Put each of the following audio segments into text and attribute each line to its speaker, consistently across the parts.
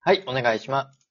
Speaker 1: はい、お願いします。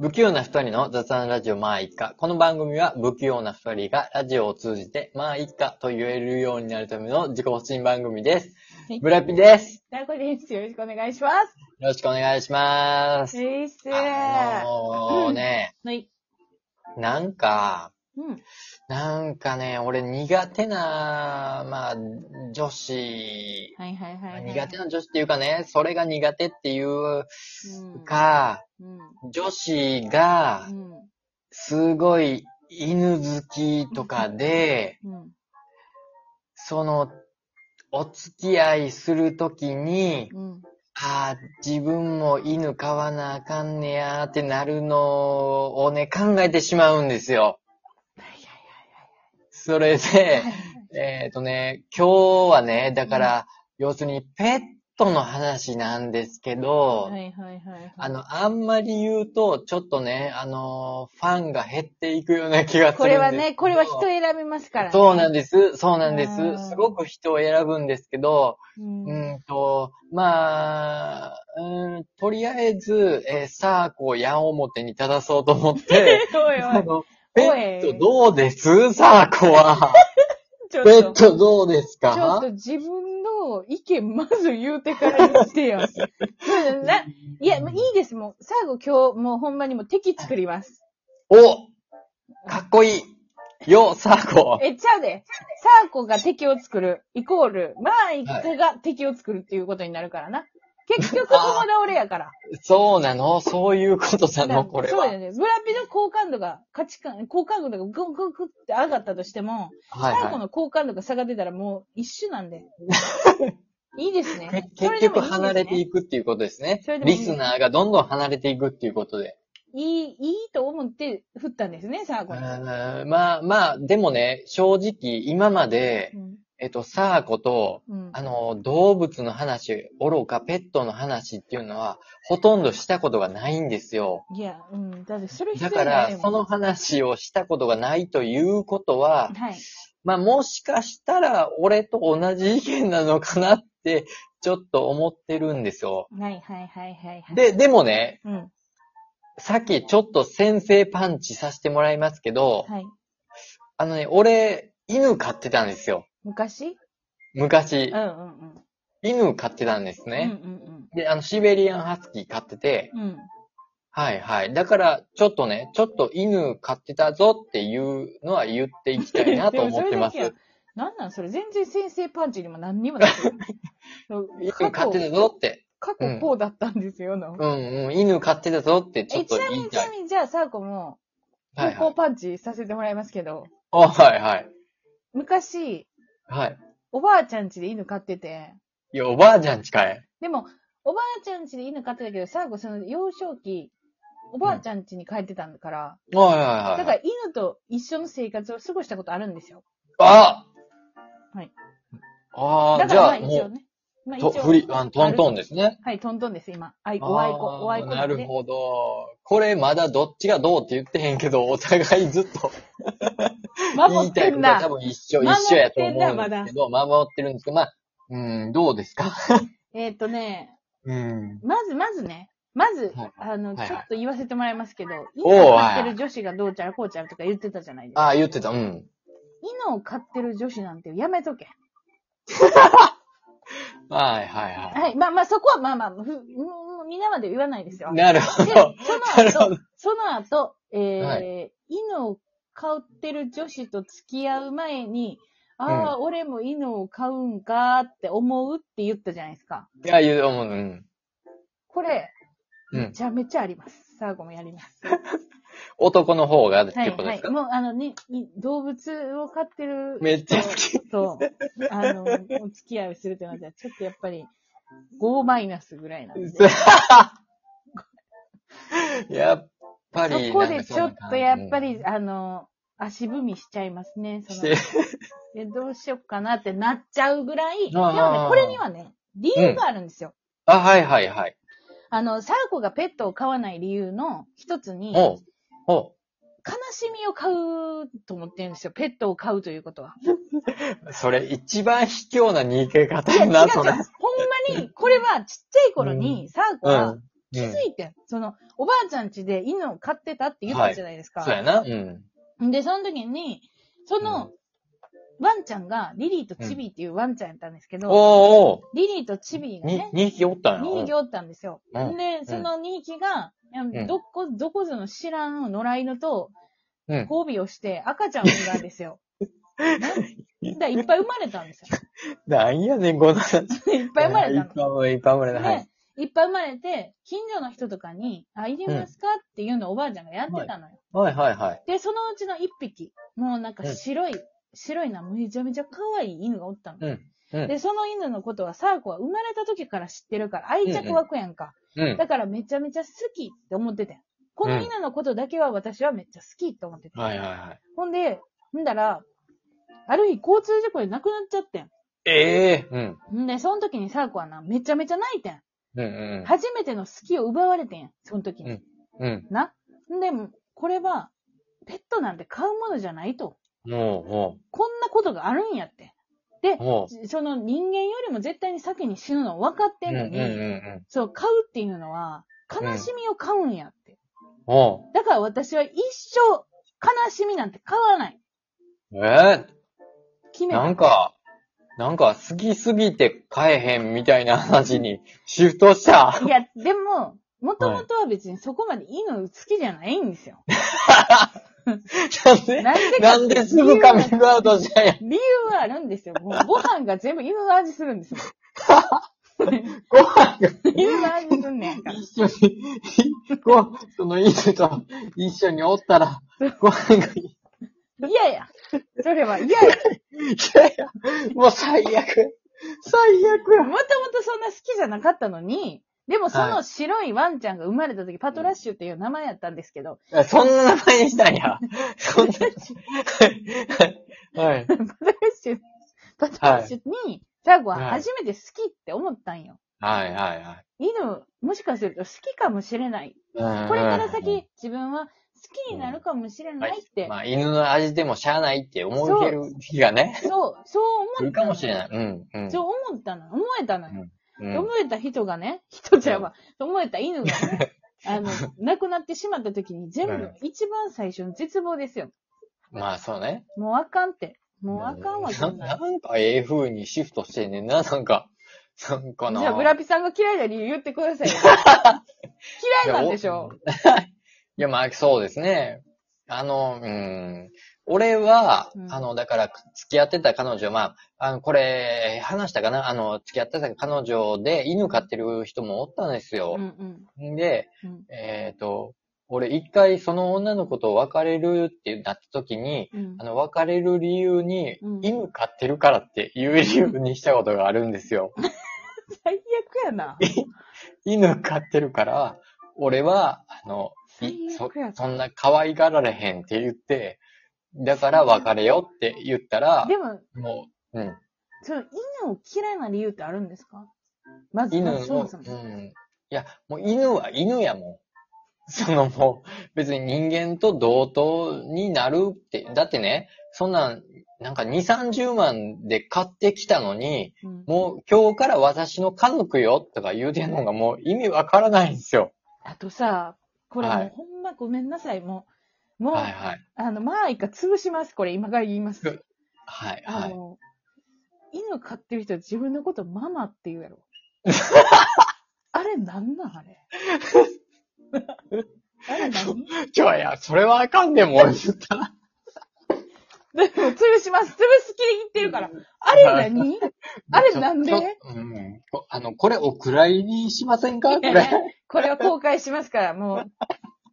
Speaker 1: 不器用な二人の雑談ラジオまあいっか。この番組は不器用な二人がラジオを通じてまあいっかと言えるようになるための自己発信番組です
Speaker 2: はい。
Speaker 1: ブラピです。
Speaker 2: 大子です。よろしくお願いしま。
Speaker 1: よろしくお願いしますす。
Speaker 2: いいっす。
Speaker 1: あのーね、
Speaker 2: はい。
Speaker 1: なんか、
Speaker 2: うん。
Speaker 1: なんかね、俺苦手な、まあ、女子、
Speaker 2: はいはいはい、はい。
Speaker 1: 苦手な女子っていうかね、それが苦手っていう
Speaker 2: うん。
Speaker 1: か、
Speaker 2: うん。
Speaker 1: 女子が
Speaker 2: う、ん。
Speaker 1: すごい犬好きとかで、
Speaker 2: うん。
Speaker 1: その、お付き合いするときに、
Speaker 2: うん。
Speaker 1: ああ、自分も犬飼わなあかんねやーってなるのをね、考えてしまうんですよ。それ
Speaker 2: はい
Speaker 1: で
Speaker 2: はいはい、はい。
Speaker 1: えっ、とね、今日はね、だから、要するにペットの話なんですけど、
Speaker 2: はいはいはい。
Speaker 1: あ、の、あんまり言うと、ちょっとね、あのーファンが減っていくような気がするんです
Speaker 2: これはね、これは人
Speaker 1: 選
Speaker 2: 選びますから、ね。
Speaker 1: そうなん
Speaker 2: で
Speaker 1: です。そうなんで
Speaker 2: う
Speaker 1: す。
Speaker 2: ん
Speaker 1: すごく人を選ぶんですけど、
Speaker 2: す。う。
Speaker 1: うんーんと、まあ、うーん、とりあえず、えー、サーコを矢面に正そうと思 って、
Speaker 2: おいお
Speaker 1: あ
Speaker 2: い。
Speaker 1: の
Speaker 2: おい
Speaker 1: ペットどうですサーコは。
Speaker 2: ち
Speaker 1: ペ
Speaker 2: ょ
Speaker 1: ッ
Speaker 2: っと。
Speaker 1: トどうですか
Speaker 2: ちょっと自分の意見まず言うてから言ってよ。 うんないや、もういいですもん。最後今日、もうほんまにもう敵作ります。
Speaker 1: おかっこいいよ、サーコ
Speaker 2: え、ちゃうで。サーコが敵を作る、イコール、まあ、イカが敵を作るっていうことになるからな。結局、共倒れ やから。
Speaker 1: そうなのそういうことなのこれ
Speaker 2: そうだよ
Speaker 1: は。
Speaker 2: ね。ブラピの好感度が、価値観、好感度がグングングンって上がったとしても、
Speaker 1: はい
Speaker 2: サーコ
Speaker 1: は
Speaker 2: の好感度が下がってたらもう一緒 なんで。いいです
Speaker 1: い。け
Speaker 2: ね。
Speaker 1: 結局離れて
Speaker 2: い
Speaker 1: いくっていうことですね
Speaker 2: それ。でもい
Speaker 1: リ
Speaker 2: い
Speaker 1: スナーがどんどん離れていくっていうことで。
Speaker 2: いい、いいと思って振ったんですね、サーコに。
Speaker 1: うんまあまあ、でもね、正直今まで
Speaker 2: う、ん。
Speaker 1: えっと、サーコと、
Speaker 2: うん
Speaker 1: あの、動物の話、愚かペットの話っていうのは、ほとんどしたことがないんですよ。
Speaker 2: いや、うん。だって、それ必
Speaker 1: だ
Speaker 2: 要
Speaker 1: か
Speaker 2: な
Speaker 1: ら、
Speaker 2: いもん
Speaker 1: その、話をしたことがないということは、
Speaker 2: はい。
Speaker 1: まあもしかしたら、俺と同じ意見なのかなって、ちょっと思ってるんですよ。
Speaker 2: はいはいはいはいはい。、
Speaker 1: で、でもね、
Speaker 2: うん。は
Speaker 1: さっきちょっと先生パンチさせてもらいますけど、
Speaker 2: い。
Speaker 1: あのね、俺、犬飼ってたんですよ。
Speaker 2: 昔
Speaker 1: 昔
Speaker 2: うんう、んうん。
Speaker 1: 犬飼ってたんですね。
Speaker 2: うんうん
Speaker 1: で、あの、シベリアンハスキー飼ってて、
Speaker 2: うん。うん。
Speaker 1: はいはい。だから、ちょっとね、ちょっと犬飼ってたぞっていうのは言っていきたいなと思って ます
Speaker 2: でもそれだけ。やなんなんそれ全然先生パンチにも何にもなってない
Speaker 1: 犬飼
Speaker 2: 過
Speaker 1: ってた
Speaker 2: 去、
Speaker 1: ぞって。
Speaker 2: 過去こうだったんですよ、
Speaker 1: う
Speaker 2: の。
Speaker 1: んうん、犬飼ってたぞってちょ
Speaker 2: え、
Speaker 1: っと
Speaker 2: ちなみ
Speaker 1: 言い
Speaker 2: に、ち
Speaker 1: たい
Speaker 2: な。みに、じゃあ、サーコも、
Speaker 1: はい
Speaker 2: 高
Speaker 1: は
Speaker 2: 校
Speaker 1: い。
Speaker 2: パンチさせてもらいますけど、
Speaker 1: あ、はいはい。
Speaker 2: 昔、
Speaker 1: はい。
Speaker 2: おばあちゃん家で犬飼ってて、
Speaker 1: いや、おばあちゃん近い。
Speaker 2: でも、おばあちゃん家で犬飼ってたけど、サーコ、その、幼少期、おばあちゃん家に帰ってたんだから、
Speaker 1: はいはいはい。
Speaker 2: だから犬と一緒の生活を過ごしたことあるんですよ。
Speaker 1: あ
Speaker 2: はい。
Speaker 1: ああ、
Speaker 2: だか
Speaker 1: じ
Speaker 2: ら、
Speaker 1: ゃ
Speaker 2: まあ
Speaker 1: あ、
Speaker 2: 一
Speaker 1: も
Speaker 2: 応ね。まあ
Speaker 1: う、と、ふり、あの、トントンですね。
Speaker 2: はい、トントンです、今。あいおあいこ、おあいこ
Speaker 1: な
Speaker 2: なんで。
Speaker 1: るほど。これまだどっちがどうって言ってへんけど、お互いずっと言
Speaker 2: 守
Speaker 1: い
Speaker 2: ったて
Speaker 1: いこ
Speaker 2: ん
Speaker 1: とは
Speaker 2: な
Speaker 1: 多。分一緒、
Speaker 2: 守っ
Speaker 1: 一緒やと
Speaker 2: て
Speaker 1: 思
Speaker 2: んな
Speaker 1: うんですけど、守ってるんですけど、まあ、うん、どうですか
Speaker 2: えーっ、とね、
Speaker 1: うん。
Speaker 2: まずまずね、まず、
Speaker 1: はい
Speaker 2: あの、
Speaker 1: はいはい
Speaker 2: ちょっと言わせてもらいますけど、
Speaker 1: おー
Speaker 2: 犬を飼ってる女子がどうちゃらこうちゃらとか言ってたじゃないですか。
Speaker 1: ああ、言ってた、うん。
Speaker 2: 犬を飼ってる女子なんてやめとけ。
Speaker 1: はいはいは
Speaker 2: はい、まあまあそこはまあまあ、ふもう皆まで言わないですよ
Speaker 1: い。。なるほ
Speaker 2: で、そ
Speaker 1: ど。なる
Speaker 2: の
Speaker 1: ほ
Speaker 2: 後、その後、えー犬を飼ってる女子と付き合う前に、ああ、俺も犬を飼うんかって思うって言ったじゃないですか。
Speaker 1: いや、言う、うん。
Speaker 2: これ、
Speaker 1: う
Speaker 2: め
Speaker 1: ん。
Speaker 2: ちゃめちゃあります。サーゴもやります。
Speaker 1: 男の方がって
Speaker 2: はい、
Speaker 1: こと
Speaker 2: は
Speaker 1: です
Speaker 2: い。
Speaker 1: か、
Speaker 2: もう、あのね、い動物を飼ってる。
Speaker 1: めっちゃ好き。
Speaker 2: と、 あの、お付き合いをするってなったら、ちょっとやっぱり、5マイナスぐらいなんで。
Speaker 1: やっぱり。
Speaker 2: そこでちょっとやっぱ
Speaker 1: う
Speaker 2: り、
Speaker 1: ん、
Speaker 2: あの、足踏みしちゃいますね。そ
Speaker 1: し
Speaker 2: の
Speaker 1: て、
Speaker 2: でどうしよっかなってなっちゃうぐらい。でも
Speaker 1: あー
Speaker 2: ね、これにはね、理由があるんですよ。
Speaker 1: あ、はいはいはい。
Speaker 2: あの、サーコがペットを飼わない理由の一つに、
Speaker 1: お
Speaker 2: 悲
Speaker 1: うおう
Speaker 2: しみを飼うと思ってるんですよ。ペットを飼うということは。
Speaker 1: それ一番卑怯な逃げ方
Speaker 2: いや、違
Speaker 1: や
Speaker 2: う違う。
Speaker 1: な、そ
Speaker 2: ほんま
Speaker 1: れ。
Speaker 2: に、これはちっちゃい頃に、サーコ
Speaker 1: う
Speaker 2: は
Speaker 1: ん。
Speaker 2: 気
Speaker 1: う
Speaker 2: づ
Speaker 1: ん
Speaker 2: いてん、その、おばあちゃん家で犬を飼ってたって言ったじゃないですか。
Speaker 1: そうやな。うん。
Speaker 2: で、その時に、その、ワンちゃんが、リリーとチビっていうワンちゃんやったんですけど、
Speaker 1: おーお
Speaker 2: リリーとチビ
Speaker 1: ー
Speaker 2: が
Speaker 1: に
Speaker 2: ね、、
Speaker 1: 2匹おったんや。
Speaker 2: 2匹おったんですよ。
Speaker 1: うん
Speaker 2: で、その2匹が、いや
Speaker 1: うん
Speaker 2: どこ、どこぞの知らん野良犬と
Speaker 1: うん、
Speaker 2: 交尾をして赤ちゃんを産んだんで すよ。ねだからいっぱい生まれたんですよ。
Speaker 1: なんやねん、この話。いっ
Speaker 2: いっぱい生まれ
Speaker 1: い
Speaker 2: た
Speaker 1: っ
Speaker 2: の。
Speaker 1: ぱい生まれた。いっぱい生まれた。はい
Speaker 2: で。、いっぱい生まれて、近所の人とかに、あ、いりますかっていうのをおばあちゃんがやってたのよ。
Speaker 1: はいはいはい。
Speaker 2: で、そのうちの一匹、もうなんか白い、白いな、めちゃめちゃ可愛い犬がおったの。
Speaker 1: うん。うん
Speaker 2: で、その犬のことはサーコは生まれた時から知ってるから愛着湧くやんか。
Speaker 1: うん。
Speaker 2: だからめちゃめちゃ好きって思っててん。この犬のことだけは私はめっちゃ好きって思ってて。
Speaker 1: はいはいはい。
Speaker 2: ほんで、ほんだら、ある日交通事故で亡くなっちゃって
Speaker 1: ええうん。
Speaker 2: ん。んで、その時にサーコはな、めちゃめちゃ泣いてん。
Speaker 1: うんうん
Speaker 2: 初めての好きを奪われてん。その時に。
Speaker 1: うん。うん。
Speaker 2: な。んで、これは、ペットなんて買うものじゃないと。
Speaker 1: もう、も
Speaker 2: こんなことがあるんやって。で
Speaker 1: う、、もう。
Speaker 2: その人間よりも絶対に先に死ぬの分かってんのに、
Speaker 1: うんうんうん
Speaker 2: そう、買うっていうのは、悲しみを買うんやって。
Speaker 1: うん。お
Speaker 2: だから私は一生、悲しみなんて買わない。
Speaker 1: うえ
Speaker 2: 決
Speaker 1: え
Speaker 2: めた
Speaker 1: なん、か、なんか、好きすぎて買えへんみたいな話にシフトした。
Speaker 2: いや、でも、もともとは別にそこまでいいの好きじゃないんですよ。
Speaker 1: なんで
Speaker 2: なんでか
Speaker 1: な
Speaker 2: って
Speaker 1: んですぐカミングアウトしたんや。
Speaker 2: 理由はあるんですよ。もうご飯が全部犬の味するんですよ。
Speaker 1: ご飯が
Speaker 2: 犬の味すんねんから。
Speaker 1: 一緒に、ご、その犬と一緒におったら、ご飯がい
Speaker 2: 嫌やそれは嫌 や。
Speaker 1: やいや、もう最悪。最悪
Speaker 2: もともとそんな好きじゃなかったのに、でもその白いワンちゃんが生まれた時、パトラッシュっていう名前やったんですけ ど、
Speaker 1: や。そんな名前にしたんや。そんな。はい。はい。
Speaker 2: パトラッシュ、パトラッシュに、ザーゴは初めて好きって思ったんよ。
Speaker 1: はいはいはい。
Speaker 2: 犬、もしかすると好きかもしれない。こ
Speaker 1: こ
Speaker 2: れから先、自分は好きになるかもしれないって、
Speaker 1: まあ、犬の味でもしゃあないって思うける日がね、
Speaker 2: そう、そう
Speaker 1: 来る
Speaker 2: 思っ
Speaker 1: か
Speaker 2: たの
Speaker 1: もしれない。うん、うん。
Speaker 2: そう思ったの。思えたのよ。
Speaker 1: うん
Speaker 2: 思えた人がね、人ちゃんは、思えた犬が ね、あの、亡くなってしまった時に全部、
Speaker 1: うん
Speaker 2: 一番最初の絶望ですよ。
Speaker 1: まあ、そうね。
Speaker 2: もうあかんって。もうあかんわ、そん
Speaker 1: な
Speaker 2: な。
Speaker 1: んんか、ええ風にシフトしてんねんな、なんか。なんかな。
Speaker 2: じゃあ、ブラピさんが嫌いな理由言ってくださいよ。嫌いなんでしょ
Speaker 1: いや。おいや、まあ、そうですね。あの、うん。俺は、
Speaker 2: うん
Speaker 1: あの、だから、付き合ってた彼女、まあ、あの、これ、話したかなあの、付き合ってた彼女で犬飼ってる人もおったんです
Speaker 2: う
Speaker 1: よ
Speaker 2: ん。うん
Speaker 1: で、
Speaker 2: うん
Speaker 1: えっ、と、俺一回その女の子と別れるってなった時に、
Speaker 2: うん
Speaker 1: あの、別れる理由に、
Speaker 2: うん
Speaker 1: 犬飼ってるからっていう理由にしたことがあるんですよ。
Speaker 2: 最悪やな。
Speaker 1: 犬飼ってるから、俺は、あの、い
Speaker 2: 最
Speaker 1: そ
Speaker 2: 悪や
Speaker 1: そんな可愛がられへんって言って、だから別れよって言ったら、
Speaker 2: でも、
Speaker 1: もう、うん、
Speaker 2: その犬を嫌いな理由ってあるんですかまず、
Speaker 1: 犬
Speaker 2: まずそ
Speaker 1: の、
Speaker 2: も
Speaker 1: う
Speaker 2: そも。
Speaker 1: ん。いや、もう犬は犬やもん。 そのもう、別に人間と同等になるって、だってね、そんなん、なんか2、30万で買ってきたのに、
Speaker 2: うん
Speaker 1: もう今日から私の家族よとか言うてんのがもう意味わからないんですよ。
Speaker 2: あとさ、これも
Speaker 1: は
Speaker 2: う
Speaker 1: い
Speaker 2: ほんまごめんなさい、もう。もう、
Speaker 1: はいはい。
Speaker 2: あの、まあいいか潰します、これ。今から言います。
Speaker 1: はいは
Speaker 2: あ
Speaker 1: い。
Speaker 2: の、犬飼ってる人は自分のことママって言うや ろ。あれなんなんあれ。 あれ何
Speaker 1: ちょ、いや、それはあかんでも、俺言ったら。
Speaker 2: でも、潰します。潰しきりにいってるから。あれ何あれなんで
Speaker 1: ちょちょうん。こあの、これお蔵入りにしませんかこれ。
Speaker 2: これは公開しますから、 もう。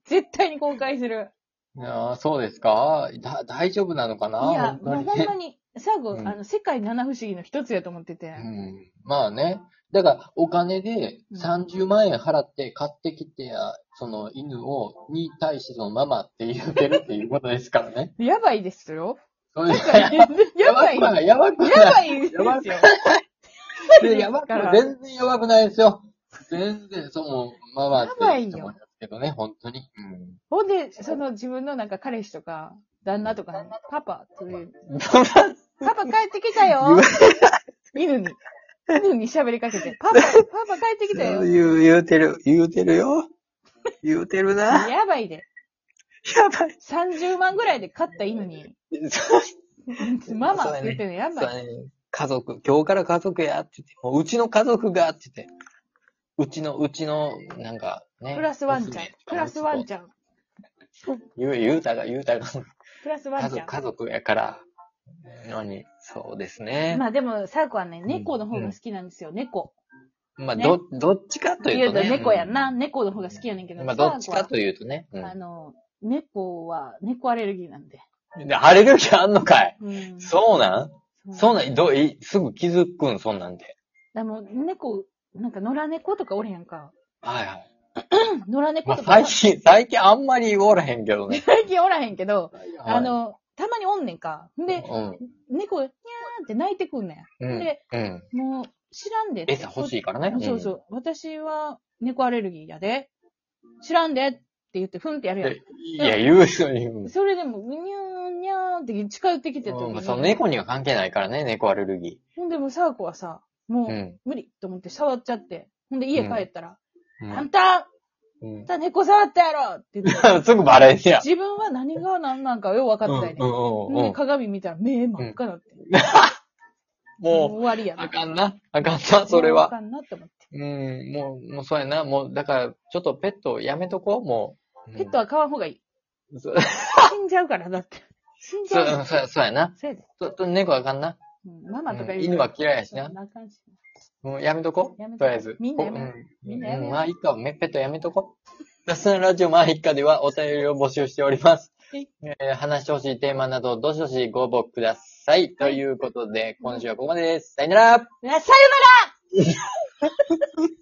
Speaker 2: 絶対に公開する。
Speaker 1: いやーそうですかだ大丈夫なのかない
Speaker 2: や、もうほんま
Speaker 1: に。
Speaker 2: に、最後、
Speaker 1: うん
Speaker 2: あの、世界七不思議の一つやと思ってて。
Speaker 1: うん。まあね。だから、お金で
Speaker 2: うん
Speaker 1: 30万円払って買ってきてや、その犬を、に対してそのママって言ってるっていうことですからね。
Speaker 2: やばいですよ。
Speaker 1: そうです
Speaker 2: やばい。
Speaker 1: やばく
Speaker 2: や
Speaker 1: ない。やばくない。
Speaker 2: ばいですよ。
Speaker 1: やば
Speaker 2: い
Speaker 1: やばく
Speaker 2: やば
Speaker 1: ないい。全然やばくないですよ。全然、そう、もう、ママって
Speaker 2: やばいよ
Speaker 1: 思ますけどね、本当に。
Speaker 2: ほんで、その自分のなんか彼氏とか、旦那とかに、パパという、
Speaker 1: うん。
Speaker 2: パパ帰ってきた
Speaker 1: 言
Speaker 2: よ
Speaker 1: わ
Speaker 2: 犬に。犬に喋りかけて、パパ、パパ帰ってきた
Speaker 1: そ
Speaker 2: よ
Speaker 1: う。言う、言うてる、言うてる よ。言うてるな。や
Speaker 2: やばいで。
Speaker 1: ばい。
Speaker 2: 30万ぐらいで買った 犬に、
Speaker 1: そう
Speaker 2: ママって言ってるのやば
Speaker 1: そう
Speaker 2: い。
Speaker 1: ね家族、今日から家族やって言って、もううちの家族がって言って、うちの、うちの、なんか、ね。
Speaker 2: プラスワンちゃん。プラスワンち
Speaker 1: ゃん。
Speaker 2: ゃん。
Speaker 1: ゆう、ゆうたが、ゆうたが、
Speaker 2: プラスワ
Speaker 1: 家
Speaker 2: ンち
Speaker 1: 族、
Speaker 2: ゃ
Speaker 1: 家族やから、のに、そうですね
Speaker 2: ん。。まあでも、サーコはね、
Speaker 1: ん
Speaker 2: 猫の方が好きなんですよ、猫。
Speaker 1: まあ、
Speaker 2: ね
Speaker 1: ど、どっちかとい
Speaker 2: 言
Speaker 1: う
Speaker 2: う
Speaker 1: と
Speaker 2: と
Speaker 1: ね。
Speaker 2: 猫やんな。猫の方が好きやねんけ
Speaker 1: う
Speaker 2: ど、
Speaker 1: ん。まあ、
Speaker 2: サ
Speaker 1: ど
Speaker 2: ー
Speaker 1: っちかというとね。う
Speaker 2: コはあの、猫は、猫アレルギーなんで。
Speaker 1: ん。でアレルギーあんのかい
Speaker 2: うん
Speaker 1: そうなん
Speaker 2: う
Speaker 1: そんなん、どう、いすぐ気づくん、そんなんで。
Speaker 2: でも、猫、なんか野良猫とかおるやんか。
Speaker 1: はいはい。
Speaker 2: 野良
Speaker 1: ま
Speaker 2: 猫
Speaker 1: あ、
Speaker 2: とか、
Speaker 1: 最近、最近あんまりおらへんけどね。
Speaker 2: 最近おらへんけど、
Speaker 1: はい
Speaker 2: あ、の、たまにおんねんか。んで、
Speaker 1: うん。
Speaker 2: 猫、にゃーんって泣いてくんね
Speaker 1: うん。
Speaker 2: で
Speaker 1: うん。
Speaker 2: ん。もう、知らんでって。
Speaker 1: 餌欲しいからね。
Speaker 2: そうそうう。私は猫アレルギーやで。知らんでって言って、ふんってやる
Speaker 1: ん。
Speaker 2: や。
Speaker 1: でいや、言う人に言うん
Speaker 2: それでも、にゃーん、にゃーんって近寄ってきてたの
Speaker 1: う
Speaker 2: に
Speaker 1: ん。その猫には関係ないからね、猫アレルギ
Speaker 2: ほんでもう、サーコはさ、も
Speaker 1: ー。う
Speaker 2: う、
Speaker 1: ん
Speaker 2: 無理と思って触っちゃって。ほんで、家帰ったら、
Speaker 1: う
Speaker 2: あ
Speaker 1: ん
Speaker 2: んた、あん
Speaker 1: うん。
Speaker 2: た猫触ったやろって言って。
Speaker 1: すぐバレんねや。
Speaker 2: 自分は何が何なんかよう分か
Speaker 1: うん
Speaker 2: っ
Speaker 1: う
Speaker 2: てた
Speaker 1: ん
Speaker 2: よね。
Speaker 1: うんう
Speaker 2: で
Speaker 1: ん。
Speaker 2: 鏡見たら目真っ赤なって。もう
Speaker 1: もう、
Speaker 2: 終わりや
Speaker 1: あ
Speaker 2: な。
Speaker 1: かんな。あかんな、それは
Speaker 2: もうあ。かんなって思って。
Speaker 1: うん、もう、もうそうやな。もう、だから、ちょっとペットをやめとこう、もう。
Speaker 2: ペットは飼わん方がいい。
Speaker 1: うんそう、
Speaker 2: 死んじゃうから、だって。死んじ
Speaker 1: そ
Speaker 2: ゃ
Speaker 1: う
Speaker 2: う
Speaker 1: うん
Speaker 2: よ。
Speaker 1: そうや、そうやな。
Speaker 2: そうやで。
Speaker 1: ちょっと猫あかんな。
Speaker 2: うんママとか
Speaker 1: うん
Speaker 2: 言う
Speaker 1: 犬は嫌いやしな。
Speaker 2: あかんし
Speaker 1: もうやめとこ
Speaker 2: やめ
Speaker 1: う。
Speaker 2: とこと
Speaker 1: りあえず。
Speaker 2: みんなやめよう
Speaker 1: こう
Speaker 2: みんなや
Speaker 1: う
Speaker 2: め
Speaker 1: ん、
Speaker 2: よう
Speaker 1: まあ、いいか、めペットやめとこう。ラスナラジオまあ、いっかではお便りを募集しております
Speaker 2: はい。
Speaker 1: えー話してほしいテーマなど、どしどしご応募ください。ということで、今週はここまでです。さよなら
Speaker 2: なさよなら